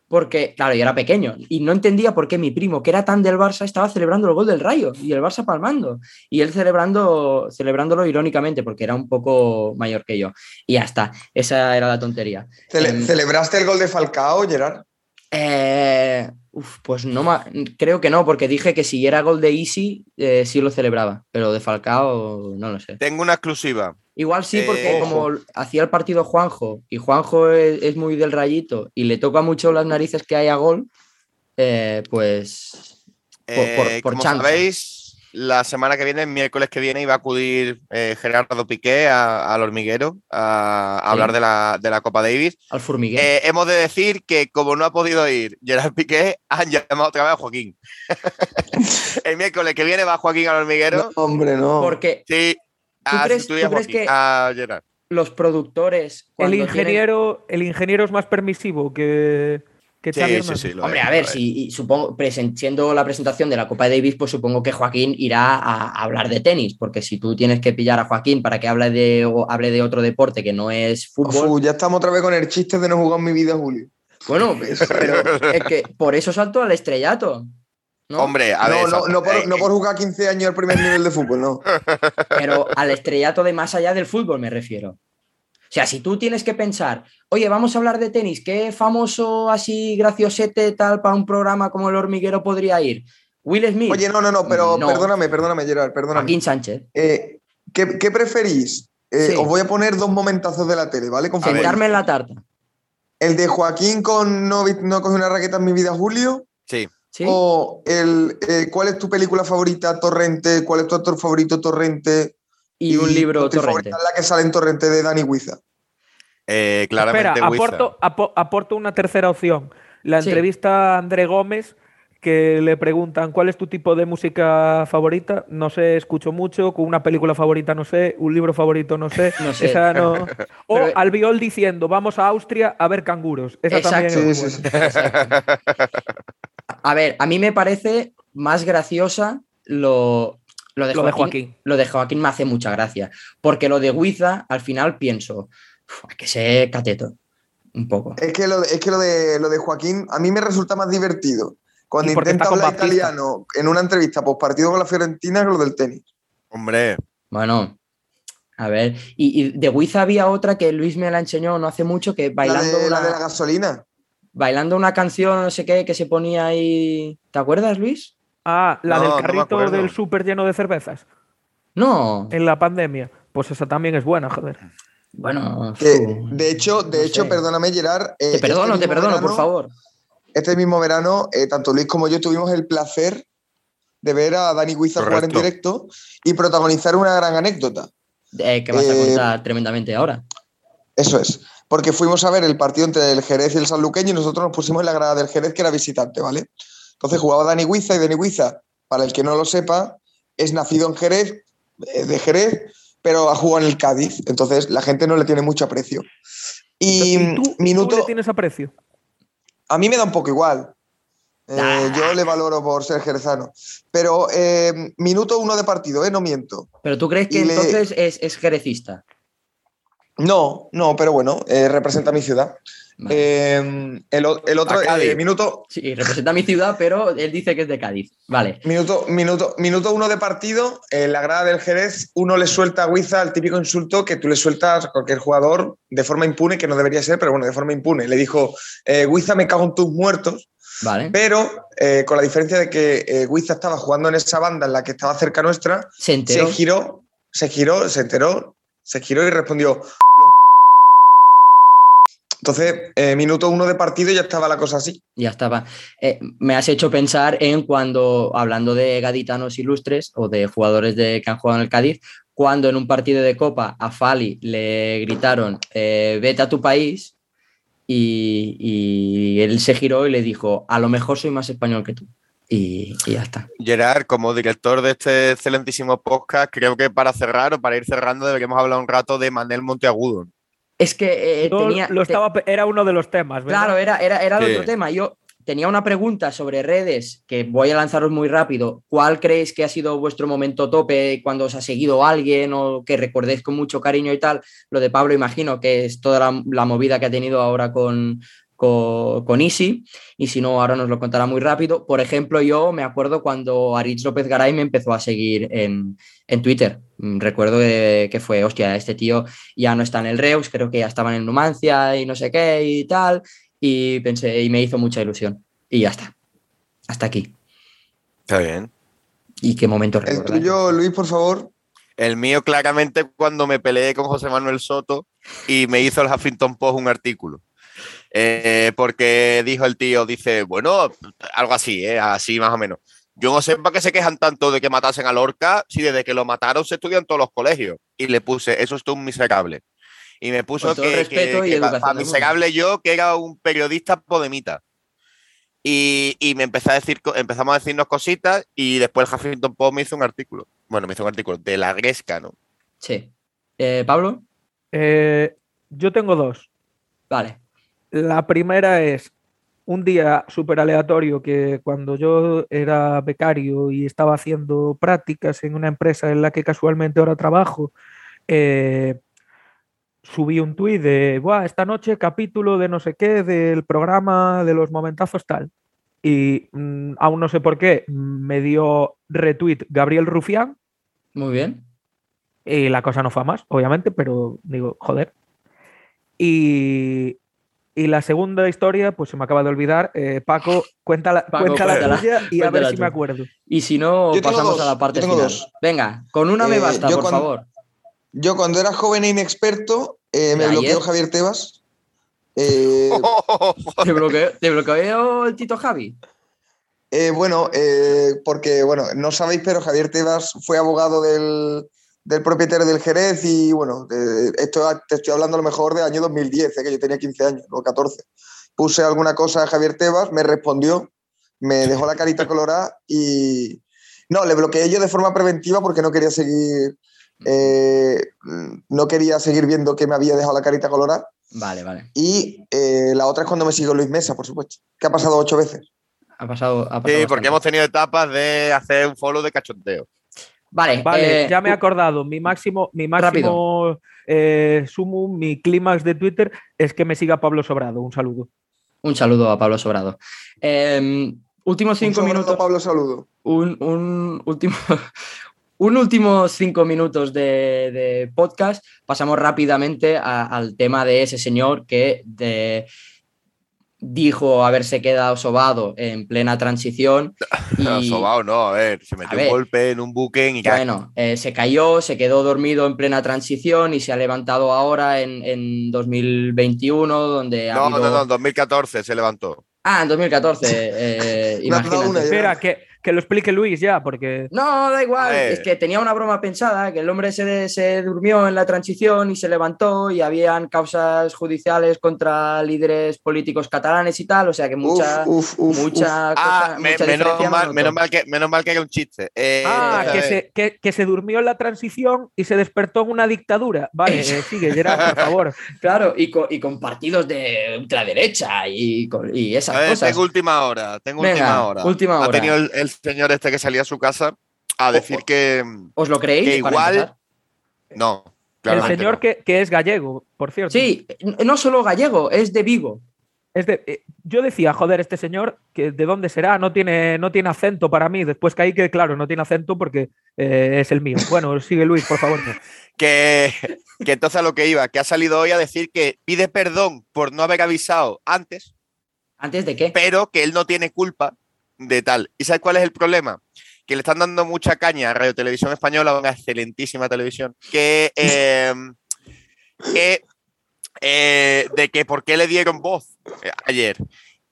Speaker 2: Porque, claro, yo era pequeño y no entendía por qué mi primo, que era tan del Barça, estaba celebrando el gol del Rayo y el Barça palmando. Y él celebrando, celebrándolo irónicamente, porque era un poco mayor que yo. Y ya está, esa era la tontería.
Speaker 5: Cele-
Speaker 2: Em.
Speaker 5: ¿Celebraste el gol de Falcao, Gerard?
Speaker 2: Eh, uf, pues no ma- creo que no, porque dije que si era gol de Easy, eh, sí lo celebraba, pero de Falcao no lo sé.
Speaker 3: Tengo una exclusiva.
Speaker 2: Igual sí, porque
Speaker 3: Eh,
Speaker 2: como hacía el partido Juanjo, y Juanjo es, es muy del rayito, y le toca mucho las narices que haya gol, eh, pues Por- por-
Speaker 3: Eh,
Speaker 2: por
Speaker 3: como
Speaker 2: chance.
Speaker 3: sabéis, la semana que viene, el miércoles que viene, iba a acudir eh, Gerardo Piqué a- al hormiguero a, a
Speaker 2: Sí.
Speaker 3: hablar de la, de la Copa Davis.
Speaker 2: al formiguero.
Speaker 3: Eh, hemos de decir que como no ha podido ir Gerard Piqué, han llamado otra vez a Joaquín. el miércoles que viene va Joaquín al hormiguero.
Speaker 5: No, hombre, no.
Speaker 2: porque
Speaker 3: Sí.
Speaker 2: ¿Tú
Speaker 3: a
Speaker 2: crees-
Speaker 3: sustituir a
Speaker 2: tú crees
Speaker 3: Joaquín,
Speaker 2: que-
Speaker 3: a Gerard.
Speaker 2: los productores.
Speaker 4: El
Speaker 2: cuando tienen-
Speaker 4: ingeniero, el ingeniero es más permisivo que, que Xavi
Speaker 3: Sí, sí,
Speaker 4: Hernández.
Speaker 3: sí, lo
Speaker 2: Hombre,
Speaker 3: es,
Speaker 2: a
Speaker 3: lo
Speaker 2: ver,
Speaker 3: es.
Speaker 2: si y supongo, presen- siendo la presentación de la Copa Davis, pues supongo que Joaquín irá a, a hablar de tenis, porque si tú tienes que pillar a Joaquín para que hable de, o hable de otro deporte que no es fútbol,
Speaker 5: Uf, ya estamos otra vez con el chiste de no jugar en mi vida, Julio.
Speaker 2: bueno, pues, pero es que por eso salto al estrellato. ¿no?
Speaker 3: Hombre, a
Speaker 5: No,
Speaker 3: ver.
Speaker 5: no,
Speaker 3: Santa,
Speaker 5: no,
Speaker 3: eh,
Speaker 5: por, no
Speaker 3: eh,
Speaker 5: por jugar 15 años al primer nivel de fútbol, no.
Speaker 2: Pero al estrellato de más allá del fútbol me refiero. O sea, si tú tienes que pensar, oye, vamos a hablar de tenis, qué famoso así graciosete tal para un programa como El Hormiguero podría ir. Will Smith,
Speaker 5: Oye, no, no, no, pero
Speaker 2: No.
Speaker 5: perdóname, perdóname, Gerard, perdóname.
Speaker 2: Joaquín Sánchez.
Speaker 5: Eh, ¿qué, qué preferís? Eh,
Speaker 2: Sí.
Speaker 5: Os voy a poner dos momentazos de la tele, ¿vale? Con
Speaker 3: ver.
Speaker 2: Sentarme
Speaker 5: frecuencia.
Speaker 2: en la tarta.
Speaker 5: El de Joaquín con No, vi- no coge una raqueta en mi vida, Julio.
Speaker 3: Sí.
Speaker 2: ¿sí?
Speaker 5: O el eh, ¿Cuál es tu película favorita, Torrente? ¿Cuál es tu actor favorito, Torrente?
Speaker 2: y un libro
Speaker 5: tu
Speaker 2: torrente.
Speaker 5: favorita es la que sale en Torrente de Dani Huiza.
Speaker 3: Eh, claramente,
Speaker 4: Espera,
Speaker 3: Wizard.
Speaker 4: aporto, apo- aporto una tercera opción. La
Speaker 2: Sí.
Speaker 4: entrevista a André Gómez, que le preguntan cuál es tu tipo de música favorita. No sé, escucho mucho, con una película favorita no sé, un libro favorito no sé.
Speaker 2: No sé.
Speaker 4: Esa no- O
Speaker 2: Pero-
Speaker 4: Albiol diciendo, vamos a Austria a ver canguros. Esa también
Speaker 2: Exacto.
Speaker 4: es
Speaker 5: Sí,
Speaker 4: buena.
Speaker 5: sí,
Speaker 2: Exacto. A ver, a mí me parece más graciosa lo, lo, de,
Speaker 4: Lo
Speaker 2: Joaquín,
Speaker 4: de Joaquín.
Speaker 2: Lo de Joaquín me hace mucha gracia. Porque lo de Wiza, al final pienso, "Uf, hay que ser cateto. Un poco.
Speaker 5: Es que, lo, es que lo, de, lo de Joaquín a mí me resulta más divertido. Cuando
Speaker 4: Y porque
Speaker 5: intenta
Speaker 4: está con
Speaker 5: hablar
Speaker 4: Baptista.
Speaker 5: italiano en una entrevista post partido con la Fiorentina que lo del tenis.
Speaker 3: Hombre,
Speaker 2: Bueno, A ver, y, y de Wiz había otra que Luis me la enseñó no hace mucho, que bailando,
Speaker 5: la, de, la
Speaker 2: una,
Speaker 5: de la gasolina.
Speaker 2: bailando una canción, no sé qué, que se ponía ahí. ¿Te acuerdas, Luis?
Speaker 4: Ah, la
Speaker 3: No, no me
Speaker 4: del carrito
Speaker 3: acuerdo.
Speaker 4: del súper lleno de cervezas
Speaker 2: No.
Speaker 4: en la pandemia. Pues esa también es buena, joder.
Speaker 2: Bueno,
Speaker 5: Que,
Speaker 2: fu,
Speaker 5: de hecho, de
Speaker 2: no
Speaker 5: hecho
Speaker 2: sé.
Speaker 5: perdóname, Gerard. eh,
Speaker 2: te perdono,
Speaker 5: este
Speaker 2: te
Speaker 5: mismo
Speaker 2: perdono, por
Speaker 5: verano-
Speaker 2: favor.
Speaker 5: Este mismo verano, eh, tanto Luis como yo tuvimos el placer de ver a Dani Wiza jugar en
Speaker 3: Correcto.
Speaker 5: directo y protagonizar una gran anécdota.
Speaker 2: Eh, que vas a
Speaker 5: Eh,
Speaker 2: contar tremendamente ahora.
Speaker 5: Eso es. Porque fuimos a ver el partido entre el Jerez y el Sanluqueño y nosotros nos pusimos en la grada del Jerez, que era visitante, ¿vale? Entonces jugaba Dani Huiza y Dani Huiza, para el que no lo sepa, es nacido en Jerez, eh, de Jerez, pero ha jugado en el Cádiz. Entonces la gente no le tiene mucho aprecio. Y
Speaker 4: Entonces, tú, tú
Speaker 5: minuto,
Speaker 4: le tienes aprecio.
Speaker 5: a mí me da un poco igual. Eh,
Speaker 2: Ah.
Speaker 5: Yo le valoro por ser jerezano. Pero eh, minuto uno de partido, ¿eh? No miento.
Speaker 2: Pero tú crees que
Speaker 5: y le-
Speaker 2: entonces es, es jerecista.
Speaker 5: No, no, pero bueno, eh, representa mi ciudad.
Speaker 2: Vale.
Speaker 5: Eh, el, o- el otro,
Speaker 3: A Cádiz.
Speaker 5: eh, minuto,
Speaker 2: Sí, representa mi ciudad, pero él dice que es de Cádiz. Vale.
Speaker 5: Minuto, minuto, minuto uno de partido, en la grada del Jerez, uno le suelta a Guiza el típico insulto que tú le sueltas a cualquier jugador de forma impune, que no debería ser, pero bueno, de forma impune. Le dijo, eh, Guiza, me cago en tus muertos,
Speaker 2: Vale.
Speaker 5: pero eh, con la diferencia de que eh, Guiza estaba jugando en esa banda en la que estaba cerca nuestra,
Speaker 2: Se enteró.
Speaker 5: se giró, se giró, se enteró, se giró y respondió. "Los Entonces, eh, minuto uno de partido ya estaba la cosa así.
Speaker 2: Ya estaba. Eh, me has hecho pensar en cuando, hablando de gaditanos ilustres o de jugadores de, que han jugado en el Cádiz, cuando en un partido de Copa a Fali le gritaron, eh, vete a tu país, y, y él se giró y le dijo, a lo mejor soy más español que tú. Y, y ya está.
Speaker 3: Gerard, como director de este excelentísimo podcast, creo que para cerrar o para ir cerrando deberíamos hablar un rato de Manel Monteagudo.
Speaker 2: Es que eh,
Speaker 4: Yo
Speaker 2: tenía...
Speaker 4: lo
Speaker 2: te-
Speaker 4: estaba pe- era uno de los temas, ¿verdad?
Speaker 2: Claro, eh. era, era, era el
Speaker 3: Sí.
Speaker 2: otro tema. Yo tenía una pregunta sobre redes que voy a lanzaros muy rápido. ¿Cuál creéis que ha sido vuestro momento tope cuando os ha seguido alguien o que recordéis con mucho cariño y tal? Lo de Pablo, imagino que es toda la, la movida que ha tenido ahora con, con, con Easy. Y si no, ahora nos lo contará muy rápido. Por ejemplo, yo me acuerdo cuando Aritz López Garay me empezó a seguir en, en Twitter. Mm, Recuerdo eh, que fue, hostia, este tío ya no está en el Reus, creo que ya estaban en Numancia y no sé qué y tal y pensé, y me hizo mucha ilusión. Y ya está. Hasta aquí.
Speaker 3: Está bien.
Speaker 2: Y qué momento
Speaker 5: El
Speaker 2: recordar.
Speaker 5: tuyo, Luis, por favor.
Speaker 3: El mío, claramente, cuando me peleé con José Manuel Soto y me hizo el Huffington Post un artículo. Eh, porque dijo el tío, dice, bueno, algo así, eh, así más o menos. Yo no sé para qué se quejan tanto de que matasen a Lorca si desde que lo mataron se estudian todos los colegios. Y le puse, eso es un miserable. Y me puso
Speaker 2: Con todo
Speaker 3: que,
Speaker 2: respeto
Speaker 3: que-
Speaker 2: y
Speaker 3: que pa-
Speaker 2: educación
Speaker 3: pa'
Speaker 2: del mundo.
Speaker 3: miserable yo, que era un periodista podemita. Y, y me empezó a decir, co- empezamos a decirnos cositas y después el Huffington Post me hizo un artículo. Bueno, me hizo un artículo de la Gresca, ¿no?
Speaker 2: Sí. Eh, ¿Pablo?
Speaker 4: Eh, yo tengo dos.
Speaker 2: Vale.
Speaker 4: La primera es un día súper aleatorio que cuando yo era becario y estaba haciendo prácticas en una empresa en la que casualmente ahora trabajo, eh, subí un tuit de, Buah, esta noche capítulo de no sé qué del programa de los momentazos tal. Y mm, aún no sé por qué, me dio retweet Gabriel Rufián
Speaker 2: Muy bien.
Speaker 4: y eh, la cosa no fue a más, obviamente, pero digo, joder. Y, y la segunda historia, pues se me acaba de olvidar. eh, Paco, cuenta la,
Speaker 2: Paco,
Speaker 4: cuenta la
Speaker 2: cuéntala,
Speaker 4: tuya y a ver
Speaker 2: cuéntala
Speaker 4: si
Speaker 2: tú.
Speaker 4: me acuerdo.
Speaker 2: Y si no,
Speaker 5: Yo tengo
Speaker 2: pasamos a
Speaker 5: dos,
Speaker 2: la parte
Speaker 5: yo tengo
Speaker 2: final.
Speaker 5: dos.
Speaker 2: Venga, con una me
Speaker 5: Eh,
Speaker 2: basta,
Speaker 5: yo
Speaker 2: por
Speaker 5: cuando-
Speaker 2: favor.
Speaker 5: Yo cuando era joven e inexperto eh, me
Speaker 2: ¿De
Speaker 5: bloqueó
Speaker 2: ayer?
Speaker 5: Javier Tebas. Eh,
Speaker 2: ¿Te bloqueó, ¿Te bloqueó el Tito Javi?
Speaker 5: eh, bueno, eh, porque bueno, no sabéis, pero Javier Tebas fue abogado del, del propietario del Jerez y bueno, eh, esto te estoy hablando a lo mejor del año 2010, eh, que yo tenía 15 años o 14. Puse alguna cosa a Javier Tebas, me respondió, me dejó la carita colorada y no, le bloqueé yo de forma preventiva porque no quería seguir, eh, no quería seguir viendo que me había dejado la carita colorada.
Speaker 2: Vale, vale.
Speaker 5: Y eh, la otra es cuando me sigue Luis Mesa, por supuesto, que ha pasado ocho veces.
Speaker 2: Ha pasado. Ha pasado
Speaker 3: Sí,
Speaker 2: bastante.
Speaker 3: porque hemos tenido etapas de hacer un follow de cachondeo.
Speaker 2: Vale,
Speaker 4: Vale,
Speaker 2: eh,
Speaker 4: ya me he
Speaker 2: uh,
Speaker 4: acordado. Mi máximo, mi
Speaker 2: rápido.
Speaker 4: máximo eh, sumum, mi clímax de Twitter es que me siga Pablo Sobrado. Un saludo.
Speaker 2: Un saludo a Pablo Sobrado. Eh, últimos
Speaker 5: Un
Speaker 2: cinco
Speaker 5: sobrado,
Speaker 2: minutos.
Speaker 5: Pablo, saludo.
Speaker 2: un, un último, Un últimos cinco minutos de, de podcast. Pasamos rápidamente a- al tema de ese señor que de- dijo haberse quedado sobado en plena transición.
Speaker 3: No,
Speaker 2: y-
Speaker 3: sobao no, a ver, se metió
Speaker 2: ver.
Speaker 3: un golpe en un buquen y ya.
Speaker 2: bueno, eh, se cayó, se quedó dormido en plena transición y se ha levantado ahora en, en 2021, donde ha
Speaker 3: no,
Speaker 2: habido-
Speaker 3: no, no, en 2014 se levantó.
Speaker 2: Ah, en 2014, eh,
Speaker 5: Me has dado
Speaker 2: imagínate.
Speaker 5: una ya.
Speaker 4: Espera, que, que lo explique Luis ya, porque
Speaker 2: No, da igual,
Speaker 3: Eh.
Speaker 2: es que tenía una broma pensada, que el hombre se, de- se durmió en la transición y se levantó y habían causas judiciales contra líderes políticos catalanes y tal, o sea que mucha,
Speaker 5: uf, uf,
Speaker 2: mucha, cosa-
Speaker 3: Ah, me-
Speaker 2: mucha
Speaker 3: menos,
Speaker 2: diferencia,
Speaker 3: mal,
Speaker 2: no
Speaker 3: menos,
Speaker 2: noto.
Speaker 3: mal que, menos mal que era un chiste. Eh,
Speaker 4: Ah,
Speaker 3: esta
Speaker 4: que
Speaker 3: vez-
Speaker 4: se, que, que se durmió en la transición y se despertó en una dictadura. Vale, eh, sigue, Gerard, por favor.
Speaker 2: Claro, y con, y con partidos de ultraderecha y, con- y esas
Speaker 3: A ver,
Speaker 2: cosas.
Speaker 3: tengo última hora, tengo
Speaker 2: Venga,
Speaker 3: última hora.
Speaker 2: última
Speaker 3: Ha
Speaker 2: hora.
Speaker 3: tenido el, el señor este que salía a su casa a decir
Speaker 2: Ojo.
Speaker 3: que
Speaker 2: ¿Os lo creéis?
Speaker 3: que
Speaker 2: para
Speaker 3: igual-
Speaker 2: empezar?
Speaker 3: no.
Speaker 4: El
Speaker 3: claramente
Speaker 4: señor
Speaker 3: no.
Speaker 4: que, que es gallego, por cierto.
Speaker 2: Sí, n- no solo gallego, es de Vigo.
Speaker 4: Es de- eh, yo decía, joder, este señor, que ¿de dónde será? No tiene, no tiene acento para mí. Después caí que, claro, no tiene acento porque eh, es el mío. Bueno, sigue Luis, por favor.
Speaker 3: que, que entonces a lo que iba, que ha salido hoy a decir que pide perdón por no haber avisado antes,
Speaker 2: ¿Antes de qué?
Speaker 3: pero que él no tiene culpa de tal. ¿Y sabes cuál es el problema? Que le están dando mucha caña a Radio Televisión Española, una excelentísima televisión, que, eh, que, eh, de que por qué le dieron voz eh, ayer.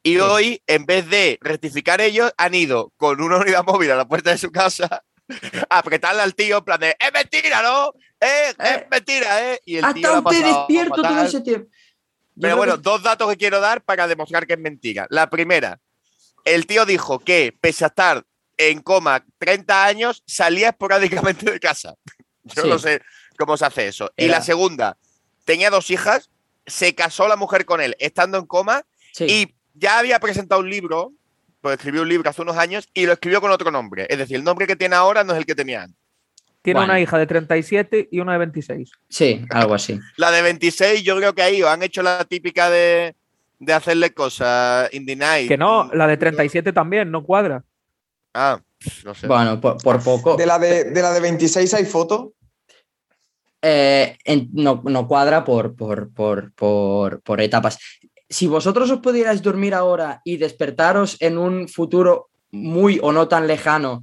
Speaker 3: Y hoy, en vez de rectificar ellos, han ido con una unidad móvil a la puerta de su casa a apretarle al tío en plan de ¡Es mentira, no! ¡Eh,
Speaker 2: Eh.
Speaker 3: ¡Es mentira, eh! Y el tío
Speaker 2: Hasta
Speaker 3: lo ha
Speaker 2: usted
Speaker 3: pasado
Speaker 2: despierto todo
Speaker 3: fatal.
Speaker 2: ese tiempo. Yo
Speaker 3: Pero
Speaker 2: creo
Speaker 3: bueno,
Speaker 2: que-
Speaker 3: dos datos que quiero dar para demostrar que es mentira. La primera, el tío dijo que, pese a estar en coma 30 años, salía esporádicamente de casa. Yo
Speaker 2: Sí.
Speaker 3: no sé cómo se hace eso. Y
Speaker 2: Era-
Speaker 3: la segunda, tenía dos hijas, se casó la mujer con él estando en coma
Speaker 2: sí.
Speaker 3: y ya había presentado un libro, pues escribió un libro hace unos años y lo escribió con otro nombre. Es decir, el nombre que tiene ahora no es el que tenía antes.
Speaker 4: Tiene
Speaker 2: Bueno.
Speaker 4: una hija de 37 y una de 26.
Speaker 2: sí, algo así.
Speaker 3: La de 26, yo creo que ahí os han hecho la típica de, de hacerle cosas indie night.
Speaker 4: Que no, la de 37 también, no cuadra.
Speaker 3: Ah, pf, no sé.
Speaker 2: Bueno, por, por poco.
Speaker 5: De la de, de la de 26 hay foto.
Speaker 2: Eh, en- no, no cuadra por, por, por, por, por etapas. Si vosotros os pudierais dormir ahora y despertaros en un futuro muy o no tan lejano,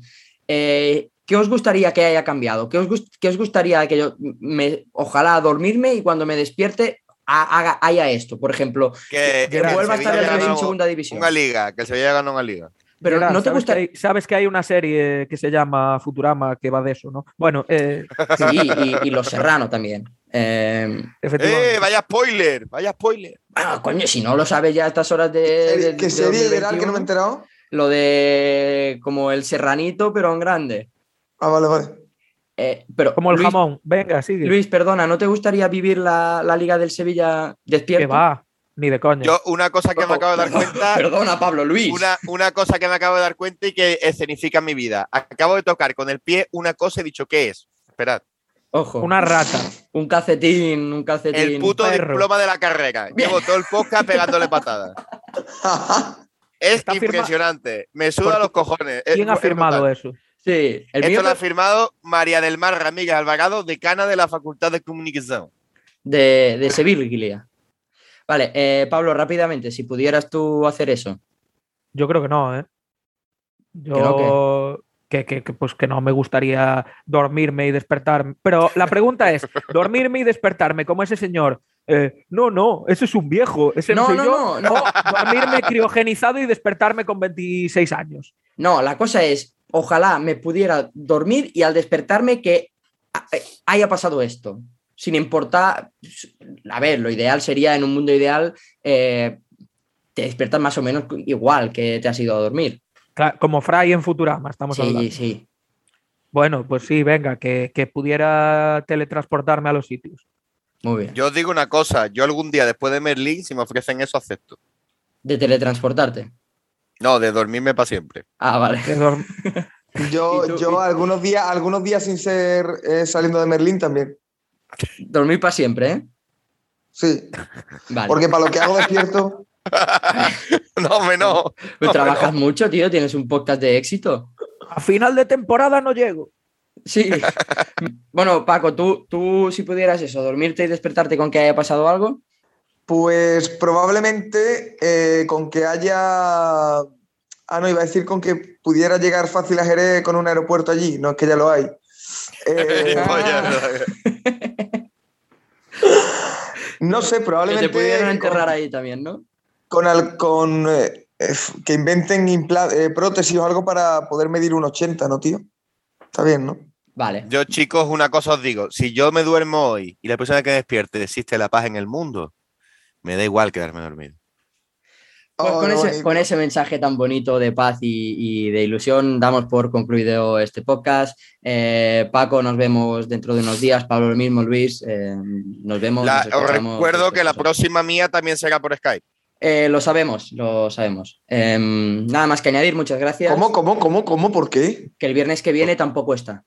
Speaker 2: eh, ¿qué os gustaría que haya cambiado? ¿Qué os, gust- qué os gustaría que yo me, ojalá dormirme y cuando me despierte ha- haga, haya esto? Por ejemplo,
Speaker 3: que,
Speaker 2: que
Speaker 4: Gerard,
Speaker 2: vuelva a
Speaker 3: el Sevilla
Speaker 2: estar el
Speaker 3: ganó
Speaker 2: en segunda división.
Speaker 3: una liga, que el Sevilla ganó una liga.
Speaker 2: Pero
Speaker 4: Gerard,
Speaker 2: no te
Speaker 4: sabes que
Speaker 2: gustaría.
Speaker 4: hay- sabes que hay una serie que se llama Futurama que va de eso, ¿no? Bueno, eh,
Speaker 2: Sí, y, y Los Serrano también. Eh,
Speaker 4: efectivamente.
Speaker 3: ¡Eh! Vaya spoiler, vaya spoiler.
Speaker 2: bueno, coño, si no lo sabes ya a estas horas de. de-
Speaker 5: ¿Qué
Speaker 2: de
Speaker 5: serie, Gerard, que
Speaker 2: 2021.
Speaker 5: no me he enterado?
Speaker 2: lo de como el serranito, pero en grande.
Speaker 5: Ah, vale, vale.
Speaker 2: Eh, pero
Speaker 4: Como el
Speaker 2: Luis,
Speaker 4: jamón. Venga, sigue.
Speaker 2: Luis, perdona, ¿no te gustaría vivir la, la Liga del Sevilla despierto?
Speaker 4: que va, ni de coña.
Speaker 3: Yo, una cosa que me acabo de dar cuenta,
Speaker 2: Perdona, Pablo, Luis.
Speaker 3: una, una cosa que me acabo de dar cuenta y que escenifica mi vida. Acabo de tocar con el pie una cosa y he dicho, ¿qué es? Esperad.
Speaker 2: Ojo,
Speaker 4: Una rata.
Speaker 2: un calcetín, un calcetín.
Speaker 3: El puto
Speaker 4: perro.
Speaker 3: diploma de la carrera. Llevo todo el podcast pegándole patadas. Es
Speaker 4: Está firma-
Speaker 3: impresionante. Me suda
Speaker 4: ¿Por
Speaker 3: los cojones. Es-
Speaker 4: ¿Quién ha
Speaker 3: Eh, es
Speaker 4: firmado
Speaker 3: brutal.
Speaker 4: eso?
Speaker 2: Sí, el mío
Speaker 3: Esto lo ha firmado María del Mar Ramírez Alvarado, decana de la Facultad de Comunicación.
Speaker 2: de, de Sevilla. Vale, eh, Pablo, rápidamente, si pudieras tú hacer eso.
Speaker 4: Yo creo que no, ¿eh? Yo. Que, que- que, pues que no me gustaría dormirme y despertarme. Pero la pregunta es: ¿dormirme y despertarme como ese señor? Eh, no, no, ese es un viejo. Ese no,
Speaker 2: No,
Speaker 4: soy
Speaker 2: no, no,
Speaker 4: yo.
Speaker 2: no.
Speaker 4: O dormirme criogenizado y despertarme con 26 años.
Speaker 2: No, la cosa es, ojalá me pudiera dormir y al despertarme que ha- eh, haya pasado esto. Sin importar, a ver, lo ideal sería en un mundo ideal eh, te despiertas más o menos igual que te has ido a dormir.
Speaker 4: Cla- Como Fry en Futurama, estamos hablando.
Speaker 2: Sí, sí.
Speaker 4: Bueno, pues sí, venga, que, que pudiera teletransportarme a los sitios.
Speaker 2: Muy bien.
Speaker 3: Yo os digo una cosa, yo algún día después de Merlín, si me ofrecen eso, acepto.
Speaker 2: De teletransportarte.
Speaker 3: No, de dormirme para siempre.
Speaker 2: Ah, vale.
Speaker 4: Que dorm-
Speaker 5: Yo,
Speaker 2: ¿Y tú-
Speaker 5: yo
Speaker 2: y-
Speaker 5: algunos días, algunos días sin ser eh, saliendo de Merlín también.
Speaker 2: Dormir para siempre, ¿eh?
Speaker 5: Sí.
Speaker 2: Vale.
Speaker 5: Porque para lo que hago despierto.
Speaker 3: no, hombre, no.
Speaker 2: Pues Pero trabajas mucho, tío. Tienes un podcast de éxito.
Speaker 4: a final de temporada no llego.
Speaker 2: Sí. bueno, Paco, tú, tú si pudieras eso, dormirte y despertarte con que haya pasado algo.
Speaker 5: Pues probablemente eh, con que haya. Ah, no, iba a decir con que pudiera llegar fácil a Jerez con un aeropuerto allí. No es que ya lo hay. Eh, no sé,
Speaker 2: Que
Speaker 5: probablemente.
Speaker 2: te pudieran
Speaker 5: con-
Speaker 2: enterrar ahí también, ¿no?
Speaker 5: con, al- con eh, f- que inventen impla- eh, prótesis o algo para poder medir un 80, ¿no, tío? Está bien, ¿no?
Speaker 2: Vale.
Speaker 3: Yo, chicos, una cosa os digo. Si yo me duermo hoy y la persona que despierte existe la paz en el mundo, me da igual quedarme dormido.
Speaker 2: Pues
Speaker 5: Oh,
Speaker 2: con,
Speaker 5: qué
Speaker 2: ese,
Speaker 5: bonito.
Speaker 2: con ese mensaje tan bonito de paz y, y de ilusión, damos por concluido este podcast. Eh, Paco, nos vemos dentro de unos días. Pablo, el mismo, Luis. eh, nos vemos.
Speaker 3: La-
Speaker 2: nos
Speaker 3: os
Speaker 2: escuchamos
Speaker 3: recuerdo que la
Speaker 2: después.
Speaker 3: próxima mía también será por Skype.
Speaker 2: Eh, lo sabemos, lo sabemos. Em, nada más que añadir, muchas gracias.
Speaker 5: ¿Cómo, cómo, cómo, cómo? ¿Por qué?
Speaker 2: Que el viernes que viene tampoco está.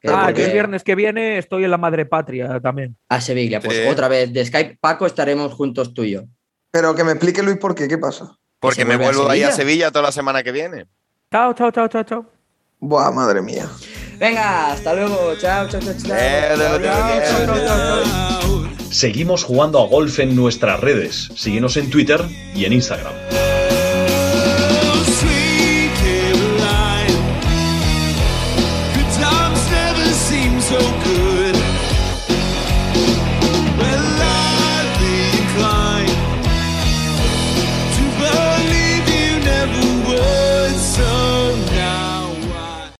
Speaker 2: Que
Speaker 4: Ah,
Speaker 2: vuelve
Speaker 4: yo el viernes que viene estoy en la madre patria también.
Speaker 2: A Sevilla, pues
Speaker 3: Sí.
Speaker 2: otra vez de Skype. Paco, estaremos juntos tú y yo.
Speaker 5: Pero que me explique Luis por qué, ¿qué pasa?
Speaker 3: Porque
Speaker 2: se
Speaker 3: me
Speaker 2: vuelve a
Speaker 3: vuelvo ahí a
Speaker 2: Sevilla?
Speaker 3: Sevilla toda la semana que viene.
Speaker 4: Chao, chao, chao, chao, chao.
Speaker 5: Buah, madre mía.
Speaker 2: Venga, hasta luego. Chao, chao, chao, chao.
Speaker 3: Eh, de- de- de-
Speaker 4: Chao, chao, chao, chao.
Speaker 1: Seguimos jugando a golf en nuestras redes. Síguenos en Twitter y en Instagram.